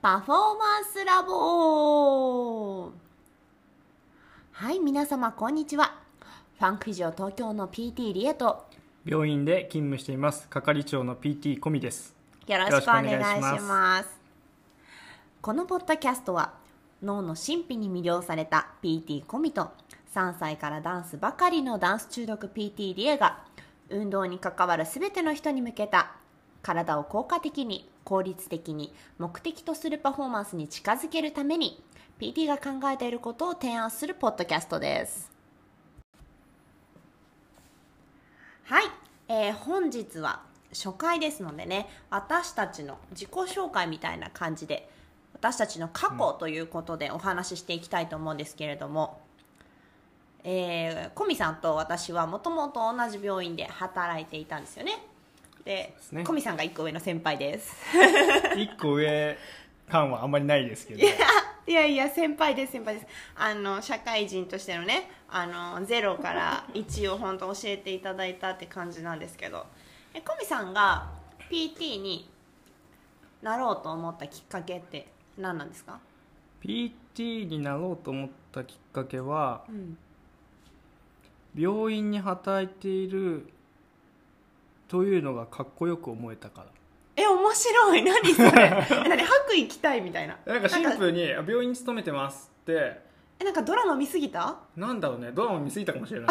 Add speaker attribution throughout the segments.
Speaker 1: パフォーマンスラボはい、皆様こんにちは。ファンク以上東京の PT リエと
Speaker 2: 病院で勤務しています係長の PT 込みです
Speaker 1: よろしくお願いします。このポッドキャストは脳の神秘に魅了された PT コミと3歳からダンスばかりのダンス中毒 PT リエが運動に関わる全ての人に向けた体を効果的に効率的に目的とするパフォーマンスに近づけるために PT が考えていることを提案するポッドキャストです。はい、えー本日は初回ですのでね私たちの自己紹介みたいな感じで私たちの過去ということでお話ししていきたいと思うんですけれども、えー、コミさんと私はもともと同じ病院で働いていたんですよね。で
Speaker 2: ですね
Speaker 1: コミさんが1個上の先輩です。
Speaker 2: 1個上感はあんまりないですけど
Speaker 1: いやいやいや先輩です先輩ですあの社会人としてのねあの0から1を本当教えていただいたって感じなんですけどえコミさんが PT になろうと思ったきっかけって何なんですか、
Speaker 2: PT になろうと思ったきっかけは
Speaker 1: うん、
Speaker 2: 病院に働いているというのがかっこよく思えたか
Speaker 1: え面白い何 それえ何白衣着たいみたいな
Speaker 2: らなんかシンプルにあ病院に勤めてますって
Speaker 1: えなんかドラマ見すぎた
Speaker 2: なんだろうねドラマ見過ぎたかもしれ ない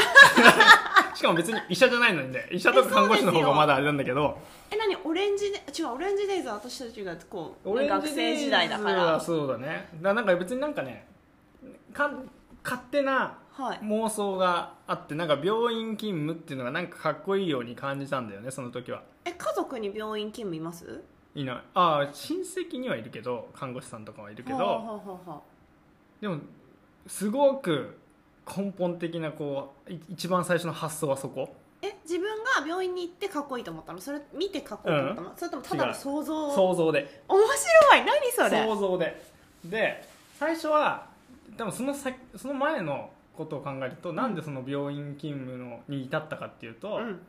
Speaker 2: しかも別に医者じゃないのにね医者とか看護師の方がまだあれなんだけど
Speaker 1: え何オレンジで違うオレンジデイズは私たちがこう
Speaker 2: オレンジ
Speaker 1: 学生時代だか
Speaker 2: デイズは
Speaker 1: ら
Speaker 2: そうだねだなんか別になんかねかん勝手な
Speaker 1: はい
Speaker 2: 妄想があってなんか病院勤務っていうのがなんかかっこいいように感じたんだよねその時は
Speaker 1: え家族に病院勤務います
Speaker 2: いないああ親戚にはいるけど看護師さんとかはいるけ
Speaker 1: はあ
Speaker 2: ど
Speaker 1: はあはあはあ
Speaker 2: でもすごく根本的なこうい一番最初の発想はそこ
Speaker 1: え自分が病院に行ってかっこいいと思ったのそれ見てかっこいいと思ったの、それともただの想像面
Speaker 2: 想像で
Speaker 1: 白い何それ
Speaker 2: 想像でで最初はでもその先その前のことを考えると、なんでその病院勤務のに至ったかっていうと、
Speaker 1: うん、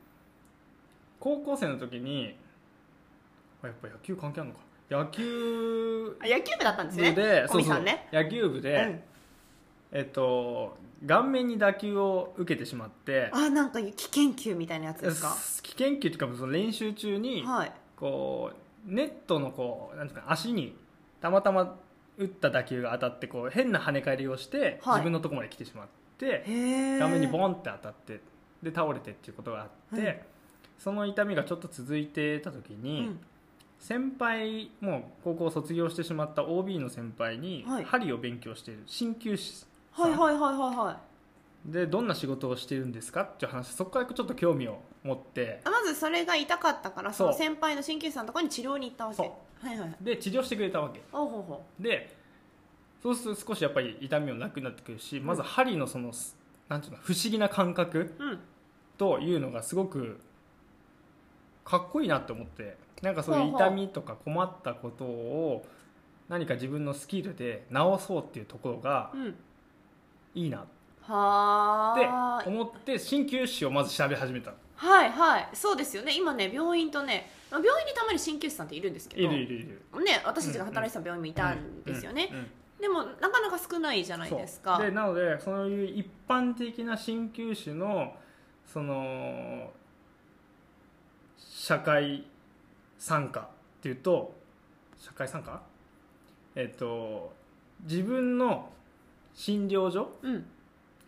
Speaker 2: 高校生の時にあやっぱ野球関係あるのか野球
Speaker 1: あ野球部だったんですよ
Speaker 2: 部
Speaker 1: ね
Speaker 2: で、
Speaker 1: 小見さんね
Speaker 2: 野球部で、えっと顔面に打球を受けてしまって
Speaker 1: うん、あなんか危険球みたいなやつですか
Speaker 2: 危険球っていうかその練習中に、
Speaker 1: はい
Speaker 2: こうネットのこうなんていうか足にたまたま打った打球が当たってこう変な跳ね返りをして、
Speaker 1: はい
Speaker 2: 自分のとこまで来てしまって
Speaker 1: へえ
Speaker 2: 顔面にボンって当たってで倒れてっていうことがあっ
Speaker 1: う
Speaker 2: て、
Speaker 1: ん
Speaker 2: その痛みがちょっと続いてた時
Speaker 1: う
Speaker 2: に、
Speaker 1: ん、
Speaker 2: 先輩もう高校を卒業してしまった OB の先輩に
Speaker 1: はい
Speaker 2: 針を勉強している鍼灸師
Speaker 1: はいはいはいはいはい
Speaker 2: でどんな仕事をしているんですかっていう話そこからちょっと興味を持って
Speaker 1: あまずそれが痛かったからその
Speaker 2: そう
Speaker 1: 先輩の鍼灸師さんのところに治療に行ったわけ
Speaker 2: そう
Speaker 1: はいはいはい
Speaker 2: で治療してくれたわけ
Speaker 1: おうほうほ
Speaker 2: でそうすると少しやっぱり痛みもなくなってくるしまず針のそのすなんていうの不思議な感覚
Speaker 1: ううん
Speaker 2: というのがすごくかっこいいなって思ってなんかそういう痛みとか困ったことを何か自分のスキルで直そうっていうところが
Speaker 1: うん
Speaker 2: いいなっって
Speaker 1: はーい
Speaker 2: 思って鍼灸師をまず調べ始めた
Speaker 1: はいはいそうですよね今ね病院とねまあ病院にたまに鍼灸師さんっているんですけ
Speaker 2: い
Speaker 1: ど
Speaker 2: るいるいる
Speaker 1: ね、私たちが働いてた病院もいたんですよね、
Speaker 2: うんうん
Speaker 1: でもなかなか少ないじゃない
Speaker 2: そう
Speaker 1: ですか
Speaker 2: でなのでそういう一般的な鍼灸師のその社会参加っていうと社会参加えっと自分の診療所
Speaker 1: うん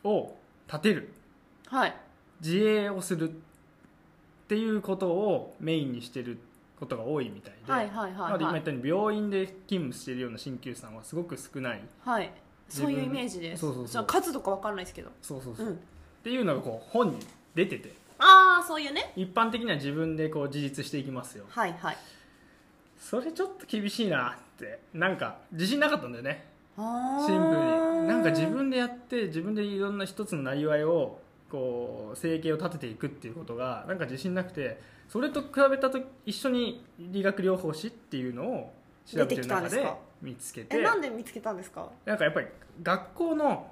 Speaker 2: を建てる
Speaker 1: はい
Speaker 2: 自営をするっていうことをメインにしてることが多いみたいで、
Speaker 1: はいはい
Speaker 2: な
Speaker 1: は
Speaker 2: の
Speaker 1: い
Speaker 2: で今
Speaker 1: は
Speaker 2: 言
Speaker 1: い
Speaker 2: ったように病院で勤務しているような鍼灸師さんはすごく少ない
Speaker 1: はいそういうイ
Speaker 2: 自分
Speaker 1: メージです
Speaker 2: そうそうそう
Speaker 1: の数とかわかんないですけど
Speaker 2: そうそう
Speaker 1: うん
Speaker 2: っていうのがこう本に出てて
Speaker 1: ああそういうね
Speaker 2: 一般的には自分でこう自立していきますよ
Speaker 1: はいはい
Speaker 2: それちょっと厳しいなってなんか自信なかったんだよね
Speaker 1: あ
Speaker 2: シンプルになんか自
Speaker 1: 分
Speaker 2: 分でやって自分でいろんな一つのなりわいをこう生計を立てていくっていうことがなんか自信なくてそれと比べたと一緒に理学療法士っていうのを調べて
Speaker 1: 出て
Speaker 2: る中
Speaker 1: きたんです
Speaker 2: で
Speaker 1: か
Speaker 2: 見つけて
Speaker 1: えなんで見つけたんですか
Speaker 2: なんかやっぱり学校の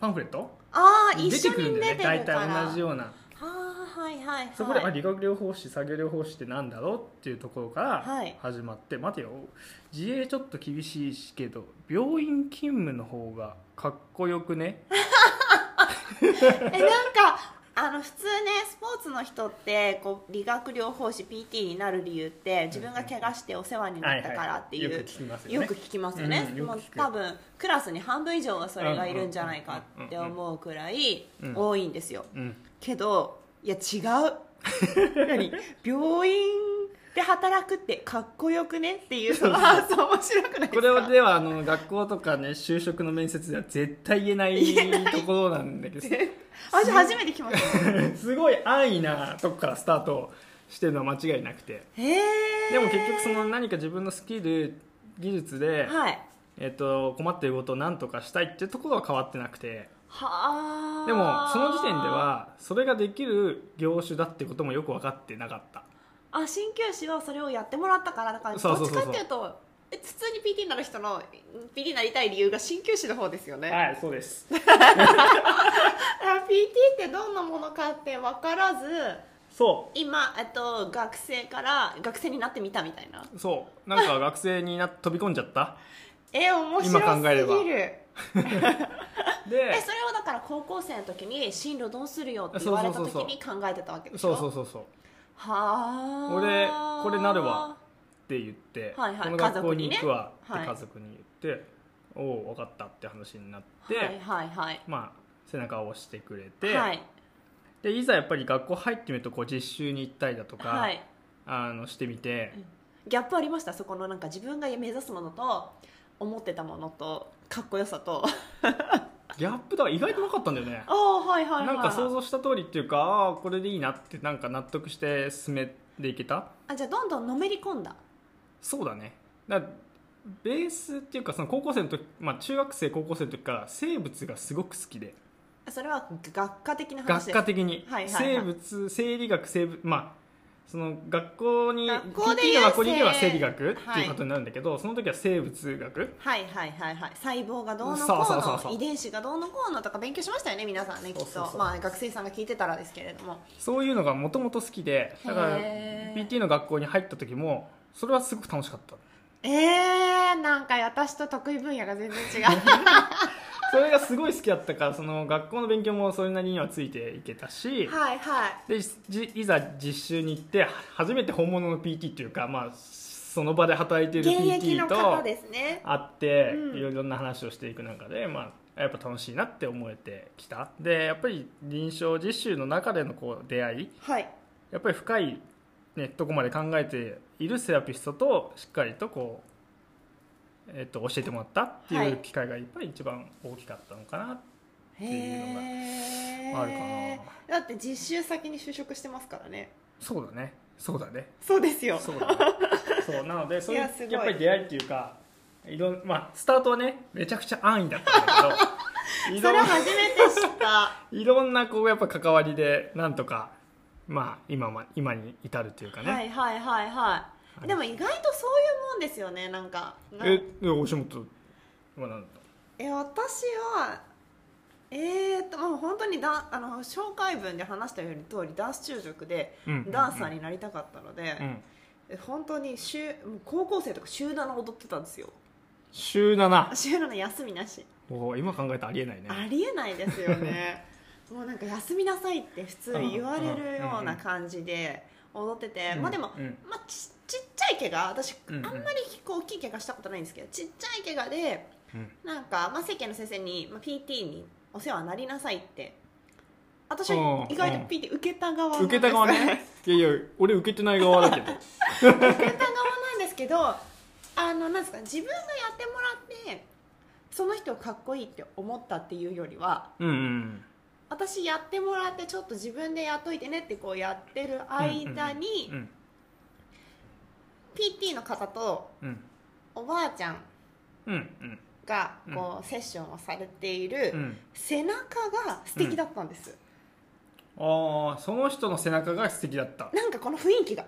Speaker 2: パンフレット
Speaker 1: ああ一
Speaker 2: 出
Speaker 1: 緒
Speaker 2: てくるん
Speaker 1: に
Speaker 2: だ
Speaker 1: 出
Speaker 2: よ
Speaker 1: て
Speaker 2: ね
Speaker 1: るから
Speaker 2: 大体同じ
Speaker 1: よ
Speaker 2: ような
Speaker 1: ははいはいはい
Speaker 2: そこで、あ理学療法士作業療法士ってなんだろうっていうところから
Speaker 1: はい
Speaker 2: 始まって、待てよ自営ちょっと厳しいしけど病院勤務の方がかっこよくね
Speaker 1: えなんかあの普通ねスポーツの人ってこう理学療法士 PT になる理由って自分が怪我してお世話になったからっていう、
Speaker 2: はいはいよく聞きますよ
Speaker 1: よ
Speaker 2: ね
Speaker 1: く聞きますよね、
Speaker 2: うんうんよく
Speaker 1: もう
Speaker 2: 聞く
Speaker 1: 多分クラスに半分以上はそれがいるんじゃないかって思うくらい
Speaker 2: うんうんうんうん
Speaker 1: 多いんですよ
Speaker 2: うん
Speaker 1: けどいや違う 何病院で働くってかっこよくねっていうその発想面白くないですか
Speaker 2: これではあの学校とかね就職の面接では絶対言えないところなんだ けど
Speaker 1: 私初めて来ま したよ
Speaker 2: すごい安易なとこからスタートしてるのは間違いなくて
Speaker 1: へえ
Speaker 2: でも結局その何か自分のスキル技術で、
Speaker 1: はい
Speaker 2: えっと困っていることを何とかしたいっていうところは変わってなくて
Speaker 1: はあ
Speaker 2: でもその時点ではそれができる業種だってこともよく分かってなかった
Speaker 1: あ鍼灸師はそれをやってもらったからだから
Speaker 2: そうそうそうそう
Speaker 1: どっちかっていうとえ普通に PT になる人の PT になりたい理由が鍼灸師の方ですよね、
Speaker 2: はいそうです
Speaker 1: あ PT ってどんなものかって分からず
Speaker 2: そ
Speaker 1: 今、えっと、学生から学生になってみたみたいな
Speaker 2: うそうなんか学生にな飛び込んじゃった
Speaker 1: え面白すぎる
Speaker 2: 今考えれば
Speaker 1: え
Speaker 2: で
Speaker 1: それをだから高校生の時に進路どうするよって言われた時に考えてたわけでし
Speaker 2: そ
Speaker 1: ょ
Speaker 2: うそうそうそうっ
Speaker 1: はあ
Speaker 2: 俺これなるわて言って、
Speaker 1: はいはい
Speaker 2: この学校に
Speaker 1: 家族にね
Speaker 2: 行くわって
Speaker 1: はい
Speaker 2: 家族に言って、おお分かったって話になって、
Speaker 1: はいはいはい
Speaker 2: まあ背中を押してくれて、
Speaker 1: はい
Speaker 2: でいざやっぱり学校入ってみるとこう実習に行ったりだとか、
Speaker 1: はい
Speaker 2: あのしてみて、
Speaker 1: ギャップありましたそこのなんか自分が目指すものと思ってたものとかっこよさ と
Speaker 2: ギャップだから意外となかったんだよね
Speaker 1: ああはいはいはい
Speaker 2: なんか想像した通りっていうかああこれでいいなってなんか納得して進めていけた
Speaker 1: あじゃあどんどんのめり込んだ
Speaker 2: そうだねだからベースっていうかその高校生の時、まあ、中学生高校生の時から生物がすごく好きで
Speaker 1: それは学科的な話
Speaker 2: 学
Speaker 1: です
Speaker 2: 科的に、
Speaker 1: はいはいはい
Speaker 2: 生物生理学生物まあその学校に
Speaker 1: 学校でいう
Speaker 2: PT の学校に行けば生理学っ
Speaker 1: 生
Speaker 2: ていうことになるんだけど、その時は生物学
Speaker 1: はいはいはいはい細胞がどうの
Speaker 2: そう
Speaker 1: こ
Speaker 2: そうそう
Speaker 1: う
Speaker 2: そ
Speaker 1: の
Speaker 2: う
Speaker 1: 遺伝子がどうのこうのとか勉強しましたよね皆さんねきっと
Speaker 2: そうそうそう
Speaker 1: まあ学生さんが聞いてたらですけれども
Speaker 2: そういうのがもともと好きでだから
Speaker 1: へー
Speaker 2: PT の学校に入った時もそれはすごく楽しかった
Speaker 1: えー、なんか私と得意分野が全然違う
Speaker 2: それがすごい好きだったからその学校の勉強もそれなりにはついていけたし、
Speaker 1: はいはい
Speaker 2: でじいざ実習に行っては初めて本物の PT っていうか、まあ、その場で働いてい
Speaker 1: 現
Speaker 2: る
Speaker 1: 役
Speaker 2: PT
Speaker 1: の方
Speaker 2: と
Speaker 1: ですね
Speaker 2: 会って
Speaker 1: うん
Speaker 2: いろいろな話をしていく中で、まあ、やっぱ楽しいなって思えてきたでやっぱり臨床実習の中でのこう出会い
Speaker 1: はい
Speaker 2: やっぱり深い、ね、とこまで考えているセラピストとしっかりとこう、えっと教えてもらったって
Speaker 1: はいいう
Speaker 2: 機会がやっぱり一番大きかったのかな
Speaker 1: へ
Speaker 2: いうのが
Speaker 1: え
Speaker 2: あるか
Speaker 1: だって実習先に就職してますからね
Speaker 2: そうだねそうだね
Speaker 1: そうですよ
Speaker 2: そうだねそうなのでそういう
Speaker 1: い
Speaker 2: や
Speaker 1: やすごい
Speaker 2: っぱり出会いっていうかいろんまあスタートはねめちゃくちゃ安易だったんだ けどい
Speaker 1: そ
Speaker 2: ろん
Speaker 1: れ初めて知った
Speaker 2: いろんなこうやっぱ関わりでなんとかまあ今ま今に至るというか ね、
Speaker 1: はいはいはいは
Speaker 2: はい
Speaker 1: いでも意外とそういうもんですよねなんかな
Speaker 2: えでお仕事は何だっ
Speaker 1: え私はえー、ともう本当にだあの紹介文で話したように通りダンス中塾で
Speaker 2: た、うん、
Speaker 1: ダンサーになりたかったので、
Speaker 2: うん、うん、
Speaker 1: え本当に週もう高校生とか週7踊ってたんですよ
Speaker 2: 週7
Speaker 1: 週7休みなし
Speaker 2: おー今考えたらありえないね
Speaker 1: ありえないですよ ねもうなんか休みなさいって普通言われるような感じで踊ってて、
Speaker 2: うん
Speaker 1: まあでも、
Speaker 2: うん
Speaker 1: まあ、ちちっちゃい怪我私、
Speaker 2: うんうん
Speaker 1: あんまりこう大きい怪我したことないんですけどちっちゃい怪我で
Speaker 2: うん
Speaker 1: なんか、まあ、整形の先生に、まあ、PT にお世話になりなさいって私は
Speaker 2: うん
Speaker 1: 意外と
Speaker 2: うん
Speaker 1: PT 受けた側なんです
Speaker 2: 受けた側 ねいやいや俺受けてない側だけど
Speaker 1: 受けた側なんですけどあのなんですか自分がやってもらってその人をかっこいいって思ったっていうよりは
Speaker 2: うんうん
Speaker 1: 私やってもらってちょっと自分でやっといてねってこうやってる間に
Speaker 2: うん
Speaker 1: PT の方と
Speaker 2: うん
Speaker 1: おばあちゃん
Speaker 2: うんうん
Speaker 1: がこうセッションをされている
Speaker 2: うん
Speaker 1: 背中が素敵だったんです、
Speaker 2: ああその人の背中が素敵だった
Speaker 1: なんかこの雰囲気が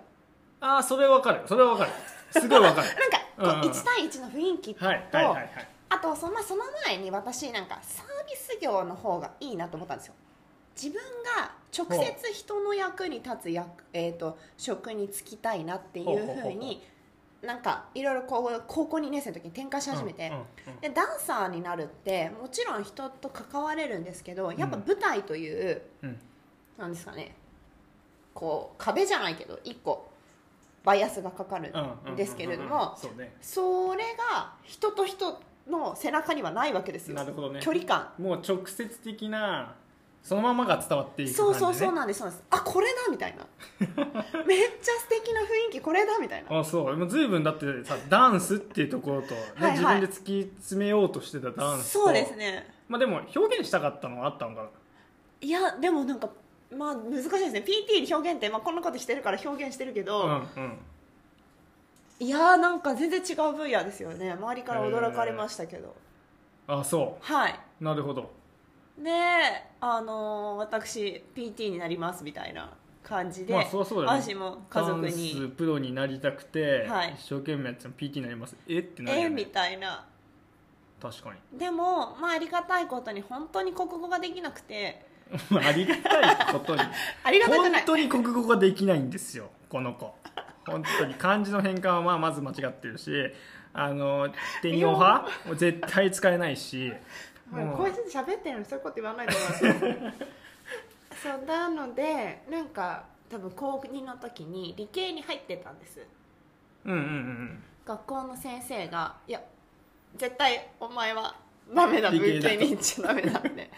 Speaker 2: ああそれわかるそれはわかる すごいわかる
Speaker 1: なんか
Speaker 2: うんう
Speaker 1: こ
Speaker 2: ん
Speaker 1: う1対1の雰囲気と、
Speaker 2: はいはいはいはい
Speaker 1: あとそのその前に私なんかサービス業の方がいいなと思ったんですよ自分が直接人の役に立つ役、えー、と職に就きたいなっていう
Speaker 2: ほうほうほう
Speaker 1: ふうになんかいろいろこう高校2年生の時に転換し始めて、
Speaker 2: うんうんうん
Speaker 1: でダンサーになるってもちろん人と関われるんですけどやっぱ舞台という、
Speaker 2: うん
Speaker 1: なんですかねこう壁じゃないけど一個バイアスがかかる
Speaker 2: うんうんうん
Speaker 1: んですけれども、
Speaker 2: うんそうね
Speaker 1: それが人と人の背中にはないわけですよ
Speaker 2: なるほどね
Speaker 1: 距離感
Speaker 2: もう直接的なそのままが伝わっていく
Speaker 1: そ
Speaker 2: 感
Speaker 1: う
Speaker 2: じ、ね、
Speaker 1: そうそうなんですそうなん ですあこれだみたいなめっちゃ素敵な雰囲気これだみたいな
Speaker 2: あそうもう随分だってさダンスっていうところと、ね
Speaker 1: はいはい
Speaker 2: 自分で突き詰めようとしてたダンスと
Speaker 1: そうですね
Speaker 2: まあでも表現したかったのはあったのかない
Speaker 1: やでもなんかまあ難しいですね PT で表現って、まあ、こんなことしてるから表現してるけど、
Speaker 2: うんうん
Speaker 1: いやーなんか全然違う分野ですよね周りから驚かれましたけど、
Speaker 2: あそ
Speaker 1: は
Speaker 2: うなるほど
Speaker 1: いであのー私 PT になりますみたいな感じで、
Speaker 2: まあそりゃそうだよね
Speaker 1: 私も家族
Speaker 2: ダン
Speaker 1: に
Speaker 2: スプロになりたくて、
Speaker 1: はい
Speaker 2: 一生懸命やってたの PT になりますえってなる
Speaker 1: え
Speaker 2: よ、
Speaker 1: み
Speaker 2: ね、
Speaker 1: たいな
Speaker 2: 確かに
Speaker 1: でも、まあ、ありがたいことに本当に国語ができなくて
Speaker 2: まあありがたいことに
Speaker 1: ありがたく
Speaker 2: 本
Speaker 1: ない
Speaker 2: 当に国語ができないんですよこの子本当に漢字の変換はまあまず間違ってるしあの手におはもう絶対使えないし
Speaker 1: もうこういう人喋ってるのにそういうこと言わないと思います そうなのでなんか多分高2の時に理系に入ってたんです
Speaker 2: うんうんうん
Speaker 1: 学校の先生が「いや絶対お前はダメだ
Speaker 2: 理
Speaker 1: 文
Speaker 2: 系だと
Speaker 1: 系に行っちゃダメだ」って、ね、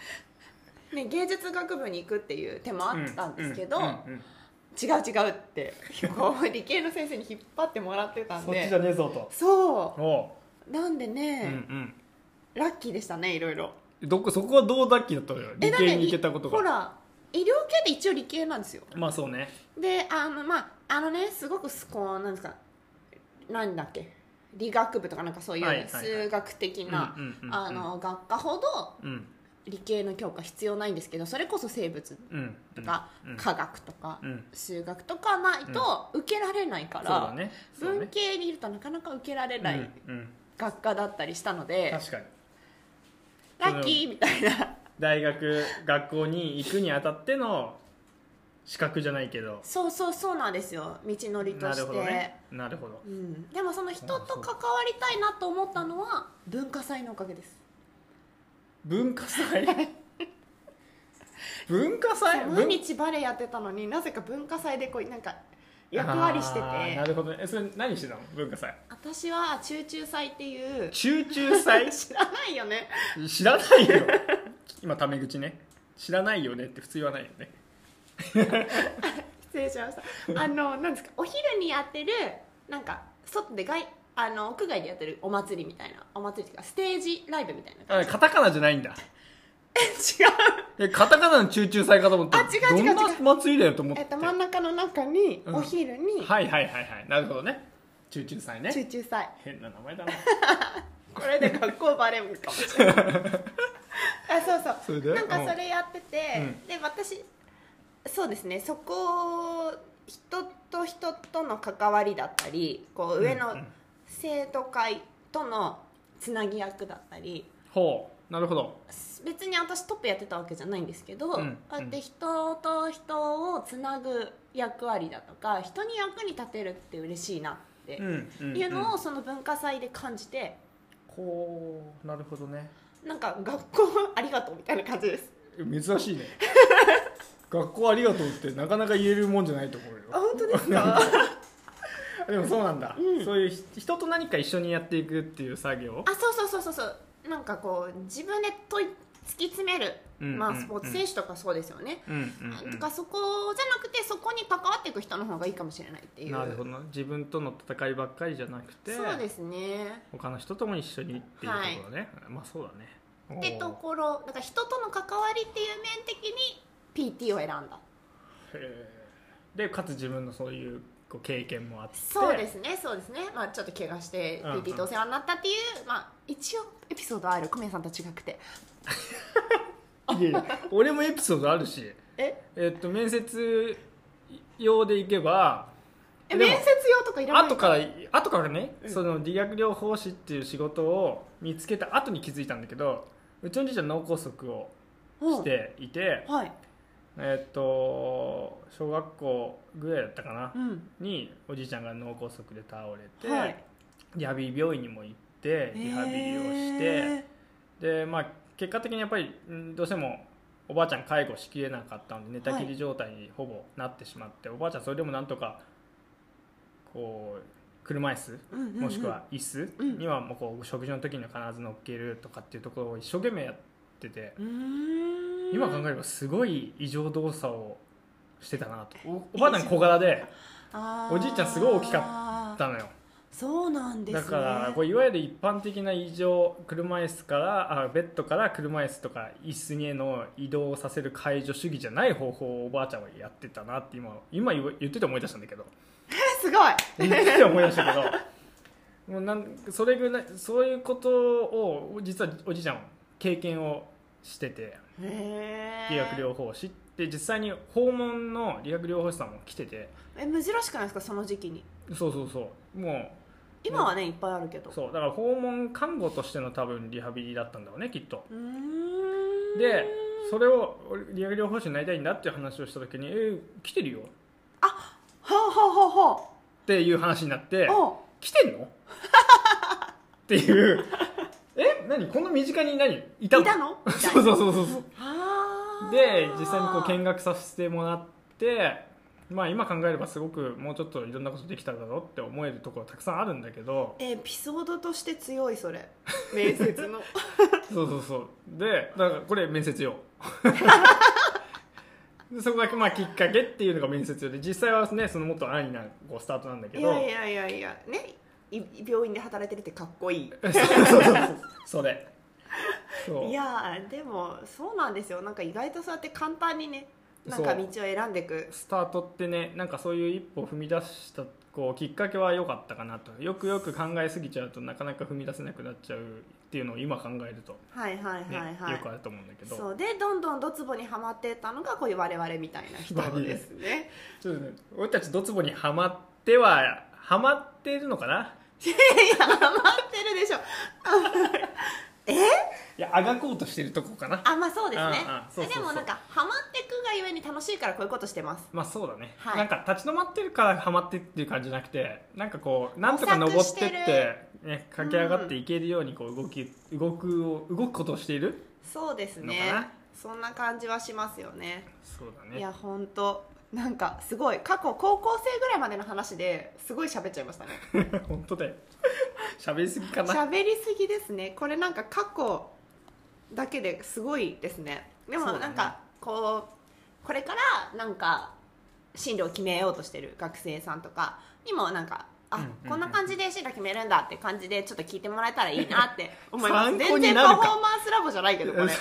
Speaker 1: 芸術学部に行くっていう手もあ
Speaker 2: うん
Speaker 1: ったんですけど、
Speaker 2: うんうんうん
Speaker 1: 違う違うってこう理系の先生に引っ張ってもらってたん
Speaker 2: そっち
Speaker 1: で
Speaker 2: じゃねえぞと
Speaker 1: そ
Speaker 2: おう
Speaker 1: うなんでね、
Speaker 2: うん
Speaker 1: ラッキーでしたねいろいろ
Speaker 2: うんどこそこはどうだっけだったのよ理
Speaker 1: だって
Speaker 2: 系に行けたこと
Speaker 1: ほ
Speaker 2: が
Speaker 1: ら医療系って一応理系なんですよ
Speaker 2: まあそうね
Speaker 1: であのまああのねすごくすこうなんですかなんだっけ理学部とかなんかそういう、
Speaker 2: はいはいはい
Speaker 1: 数学的な、
Speaker 2: うんうんうんうん
Speaker 1: あの学科ほど
Speaker 2: うん
Speaker 1: 理系の教科必要ないんですけどそれこそ生物
Speaker 2: うん
Speaker 1: とか、
Speaker 2: うん
Speaker 1: 科学とか、
Speaker 2: うん
Speaker 1: 数学とかないと受けられないか
Speaker 2: そう
Speaker 1: ら、
Speaker 2: だねそう
Speaker 1: 文
Speaker 2: ね
Speaker 1: 系にいるとなかなか受けられない
Speaker 2: うんうん
Speaker 1: 学科だったりしたので、
Speaker 2: 確かに
Speaker 1: ラッキーみたいな
Speaker 2: 大学学校に行くにあたっての資格じゃないけど
Speaker 1: そうそうそうなんですよ道のりと
Speaker 2: な
Speaker 1: して
Speaker 2: るほどねなるほど
Speaker 1: うん、でもその人と関わりたいなと思ったのは文化祭のおかげです
Speaker 2: 文 化祭文化祭
Speaker 1: 毎
Speaker 2: 文
Speaker 1: 日バレエやってたのになぜか文化祭でこうなんか役割して
Speaker 2: あーな
Speaker 1: て
Speaker 2: るほどねえそれ何してたの文 化祭
Speaker 1: 私は中中祭っていう
Speaker 2: 中中祭
Speaker 1: 知らないよね
Speaker 2: 知らないよ今タメ口ね知らないよねって普通言わないよね
Speaker 1: 失礼しましたあのなんですかお昼にやってるなんか外で外あの屋外でやってるお祭りみたいなお祭りっていうかステージライブみたいな
Speaker 2: あカタカナじゃないん
Speaker 1: 違
Speaker 2: だ
Speaker 1: う
Speaker 2: えカタカナの中中祭かと思った
Speaker 1: あ違う違う違う
Speaker 2: どんな祭りだよと思っ
Speaker 1: え
Speaker 2: て
Speaker 1: っと真ん中の中に
Speaker 2: うん
Speaker 1: お昼に
Speaker 2: はいはいはいはいなるほどね中中祭ね
Speaker 1: 中中祭
Speaker 2: 変な名前だな
Speaker 1: これで学校バレる かもしれないあそうそう
Speaker 2: それで
Speaker 1: なんかそれやってて、
Speaker 2: うん
Speaker 1: で私そうですねそこ人と人との関わりだったりこう上
Speaker 2: う
Speaker 1: の
Speaker 2: んうん
Speaker 1: 生徒会とのつなぎ役だったり
Speaker 2: ほうなるほど
Speaker 1: 別に私トップやってたわけじゃないんですけど、
Speaker 2: うん
Speaker 1: こうやって人と人をつなぐ役割だとか人に役に立てるって嬉しいなって
Speaker 2: うんうんうん
Speaker 1: いうのをその文化祭で感じて
Speaker 2: ほうなるほどね
Speaker 1: なんか学校ありがとうみたいな感じです
Speaker 2: 珍し いね学校ありがとうってなかなか言えるもんじゃないと思う
Speaker 1: あ
Speaker 2: よ
Speaker 1: 本当です か
Speaker 2: でもそうなんだ、
Speaker 1: うん
Speaker 2: そういうひ人と何か一緒にやっていくっていう作業
Speaker 1: あそうそうそうそうそうなんかこう自分で問い突き詰める、
Speaker 2: うん
Speaker 1: ま
Speaker 2: う
Speaker 1: あ、
Speaker 2: ん
Speaker 1: スポーツ選手とかそうですよね、
Speaker 2: うんうん
Speaker 1: とかそこじゃなくてそこに関わっていく人の方がいいかもしれないって
Speaker 2: う
Speaker 1: い
Speaker 2: ん、
Speaker 1: う
Speaker 2: なるほどな自分との戦いばっかりじゃなくて
Speaker 1: そうですね
Speaker 2: 他の人とも一緒にっていうところね、まあそうだね
Speaker 1: って
Speaker 2: おー
Speaker 1: ところだから人との関わりっていう面的に PT を選んだ
Speaker 2: へーでかつ自分のそういうこう経験もあって
Speaker 1: そうですねそうですね、まあ、ちょっと怪我して
Speaker 2: うんうん
Speaker 1: PT とお世話になったっていう、まあ、一応エピソードはある小宮さんと違くて
Speaker 2: いやいや俺もエピソードあるし
Speaker 1: え
Speaker 2: えっと面接用でいけば
Speaker 1: え
Speaker 2: でも
Speaker 1: 面接用とかいらない
Speaker 2: 後から後からね、
Speaker 1: うん
Speaker 2: その理学療法士っていう仕事を見つけた後に気づいたんだけどうちのじいちゃん脳梗塞を
Speaker 1: うん
Speaker 2: していて、
Speaker 1: はい
Speaker 2: えっと小学校ぐらいだったかな、
Speaker 1: うん
Speaker 2: におじいちゃんが脳梗塞で倒れて、
Speaker 1: はい
Speaker 2: リハビリ病院にも行ってリハビリをして、でまあ、結果的にやっぱりんどうしてもおばあちゃん介護しきれなかったので寝たきり状態にほぼなってしまって、おばあちゃんそれでもなんとかこう車椅子
Speaker 1: えーうんうんうん
Speaker 2: もしくは椅子
Speaker 1: うん
Speaker 2: にはもうこう食事の時には必ず乗っけるとかっていうところを一生懸命やってて、
Speaker 1: うーん
Speaker 2: 今考えればすごい異常動作をしてたなとおおばあちゃん小柄で
Speaker 1: あー
Speaker 2: おじいちゃんすごい大きかだったのよ
Speaker 1: そうなんですね
Speaker 2: だからこういわゆる一般的な異常車椅子からあベッドから車椅子とか椅子への移動をさせる介助主義じゃない方法をおばあちゃんはやってたなって今今言わ言ってて思い出したん だけど
Speaker 1: すごい
Speaker 2: 言ってて思い出したけどもうなんそれぐらいそういうことを実はおじいちゃんは経験をしてて
Speaker 1: へ
Speaker 2: 理学療法士って実際に訪問の理学療法士さんも来てて
Speaker 1: え珍しくないですかその時期に
Speaker 2: そうそうそうも
Speaker 1: 今はねいっぱいあるけど
Speaker 2: うそうだから訪問看護としての多分リハビリだったんだろうねきっと
Speaker 1: うーん
Speaker 2: でそれを俺理学療法士になりたいんだっていう話をした時に「えー来てるよ」っ
Speaker 1: ほうほうほうほ
Speaker 2: ていう話になって
Speaker 1: うお
Speaker 2: 「来てんの? 」っていう「え何こんな身近に何いたの?」
Speaker 1: いたの
Speaker 2: そうそうそうそうそう
Speaker 1: あー
Speaker 2: で実際にこう見学させてもらってまあ今考えればすごくもうちょっといろんなことできただろうって思えるところはたくさんあるんだけど
Speaker 1: エピソードとして強いそれ面接の
Speaker 2: そうそうそうでだからこれ面接用 でそこがまあきっかけっていうのが面接用で実際はねそのもっと安易なこうスタートなんだけ
Speaker 1: い
Speaker 2: ど
Speaker 1: やいやいやいやねい病院で働いてるってかっこいい
Speaker 2: そうそうそうそうそれそう
Speaker 1: いやーでもそうなんですよなんか意外とそうやって簡単にねなんか
Speaker 2: そ
Speaker 1: 道
Speaker 2: う
Speaker 1: を選んでいく
Speaker 2: スタートってねなんかそういう一歩踏み出したこうきっかけは良かったかなとよくよく考えすぎちゃうとなかなか踏み出せなくなっちゃうっていうのを今考えると、
Speaker 1: はいはいはい
Speaker 2: ね
Speaker 1: はい、
Speaker 2: よくあると思うんだけど
Speaker 1: そうでどんどんドツボにはまってったのがこういう我々みたいな人です ね
Speaker 2: ちょっとね俺たちドツボにはまってははまってるのかない
Speaker 1: やはまってるでしょ
Speaker 2: いやあがこうとしてるとこかな
Speaker 1: あまあそうですね
Speaker 2: うんうんそうそうそう
Speaker 1: でもなんかはまってくがゆえに楽しいからこういうことしてます
Speaker 2: まあそうだね、
Speaker 1: はい
Speaker 2: なんか立ち止まってるからハマってっていう感じじゃなくてなんかこうなんとか登ってっ
Speaker 1: 模索して
Speaker 2: ね、駆け上がっていけるようにこう動き、動くを動くことをしている
Speaker 1: そうですね
Speaker 2: のかな
Speaker 1: そんな感じはしますよね
Speaker 2: そうだ
Speaker 1: い
Speaker 2: ね
Speaker 1: や本当なんかすごい過去高校生ぐらいまでの話ですごい喋っちゃいましたね
Speaker 2: 本当だよ 喋りすぎかな
Speaker 1: 喋りすぎですねこれなんか過去だけですごいですねでも
Speaker 2: そうだね
Speaker 1: なんかこうこれからなんか進路を決めようとしてる学生さんとかにもなんかあ、
Speaker 2: うんうんうん
Speaker 1: こんな感じで進路決めるんだって感じでちょっと聞いてもらえたらいいなって思います
Speaker 2: 参考
Speaker 1: 全
Speaker 2: に
Speaker 1: 然
Speaker 2: なるか
Speaker 1: パフォーマンスラボじゃないけど これ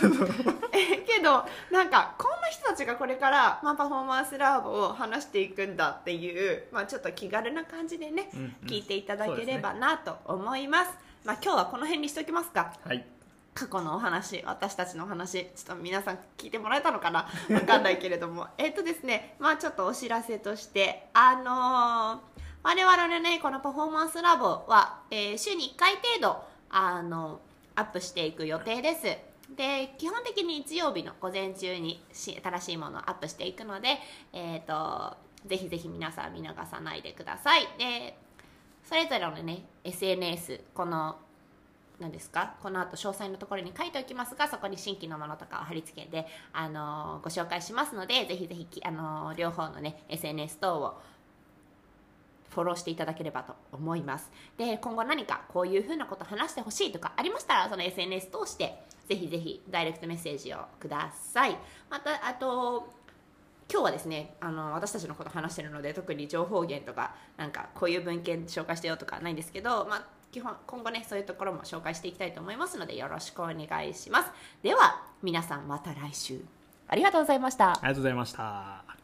Speaker 1: え けどなんかこんな人たちがこれから、まあ、パフォーマンスラボを話していくんだっていう、まあ、ちょっと気軽な感じでね、
Speaker 2: うんうん
Speaker 1: 聞いていただければなと思いますまあ、今日はこの辺にしておきますか
Speaker 2: はい
Speaker 1: 過去のお話私たちのお話ちょっと皆さん聞いてもらえたのかな わかんないけれどもえっとですねまあちょっとお知らせとしてあのー我々のねこのパフォーマンスラボは、えー週に1回程度あのアップしていく予定ですで基本的に日曜日の午前中にし新しいものをアップしていくのでえっ、とぜひぜひ皆さん見逃さないでくださいでそれぞれのね SNS このなんですかこの後詳細のところに書いておきますがそこに新規のものとかを貼り付けて、あのーご紹介しますのでぜひぜひ、きあのー両方のね SNS 等をフォローしていただければと思いますで今後何かこういうふうなこと話してほしいとかありましたらその SNS 通してぜひぜひダイレクトメッセージをくださいまたあと今日はですねあの私たちのこと話してるので特に情報源とかなんかこういう文献紹介してよとかないんですけど、まあ、基本今後ねそういうところも紹介していきたいと思いますのでよろしくお願いしますでは皆さんまた来週ありがとうございました
Speaker 2: ありがとうございました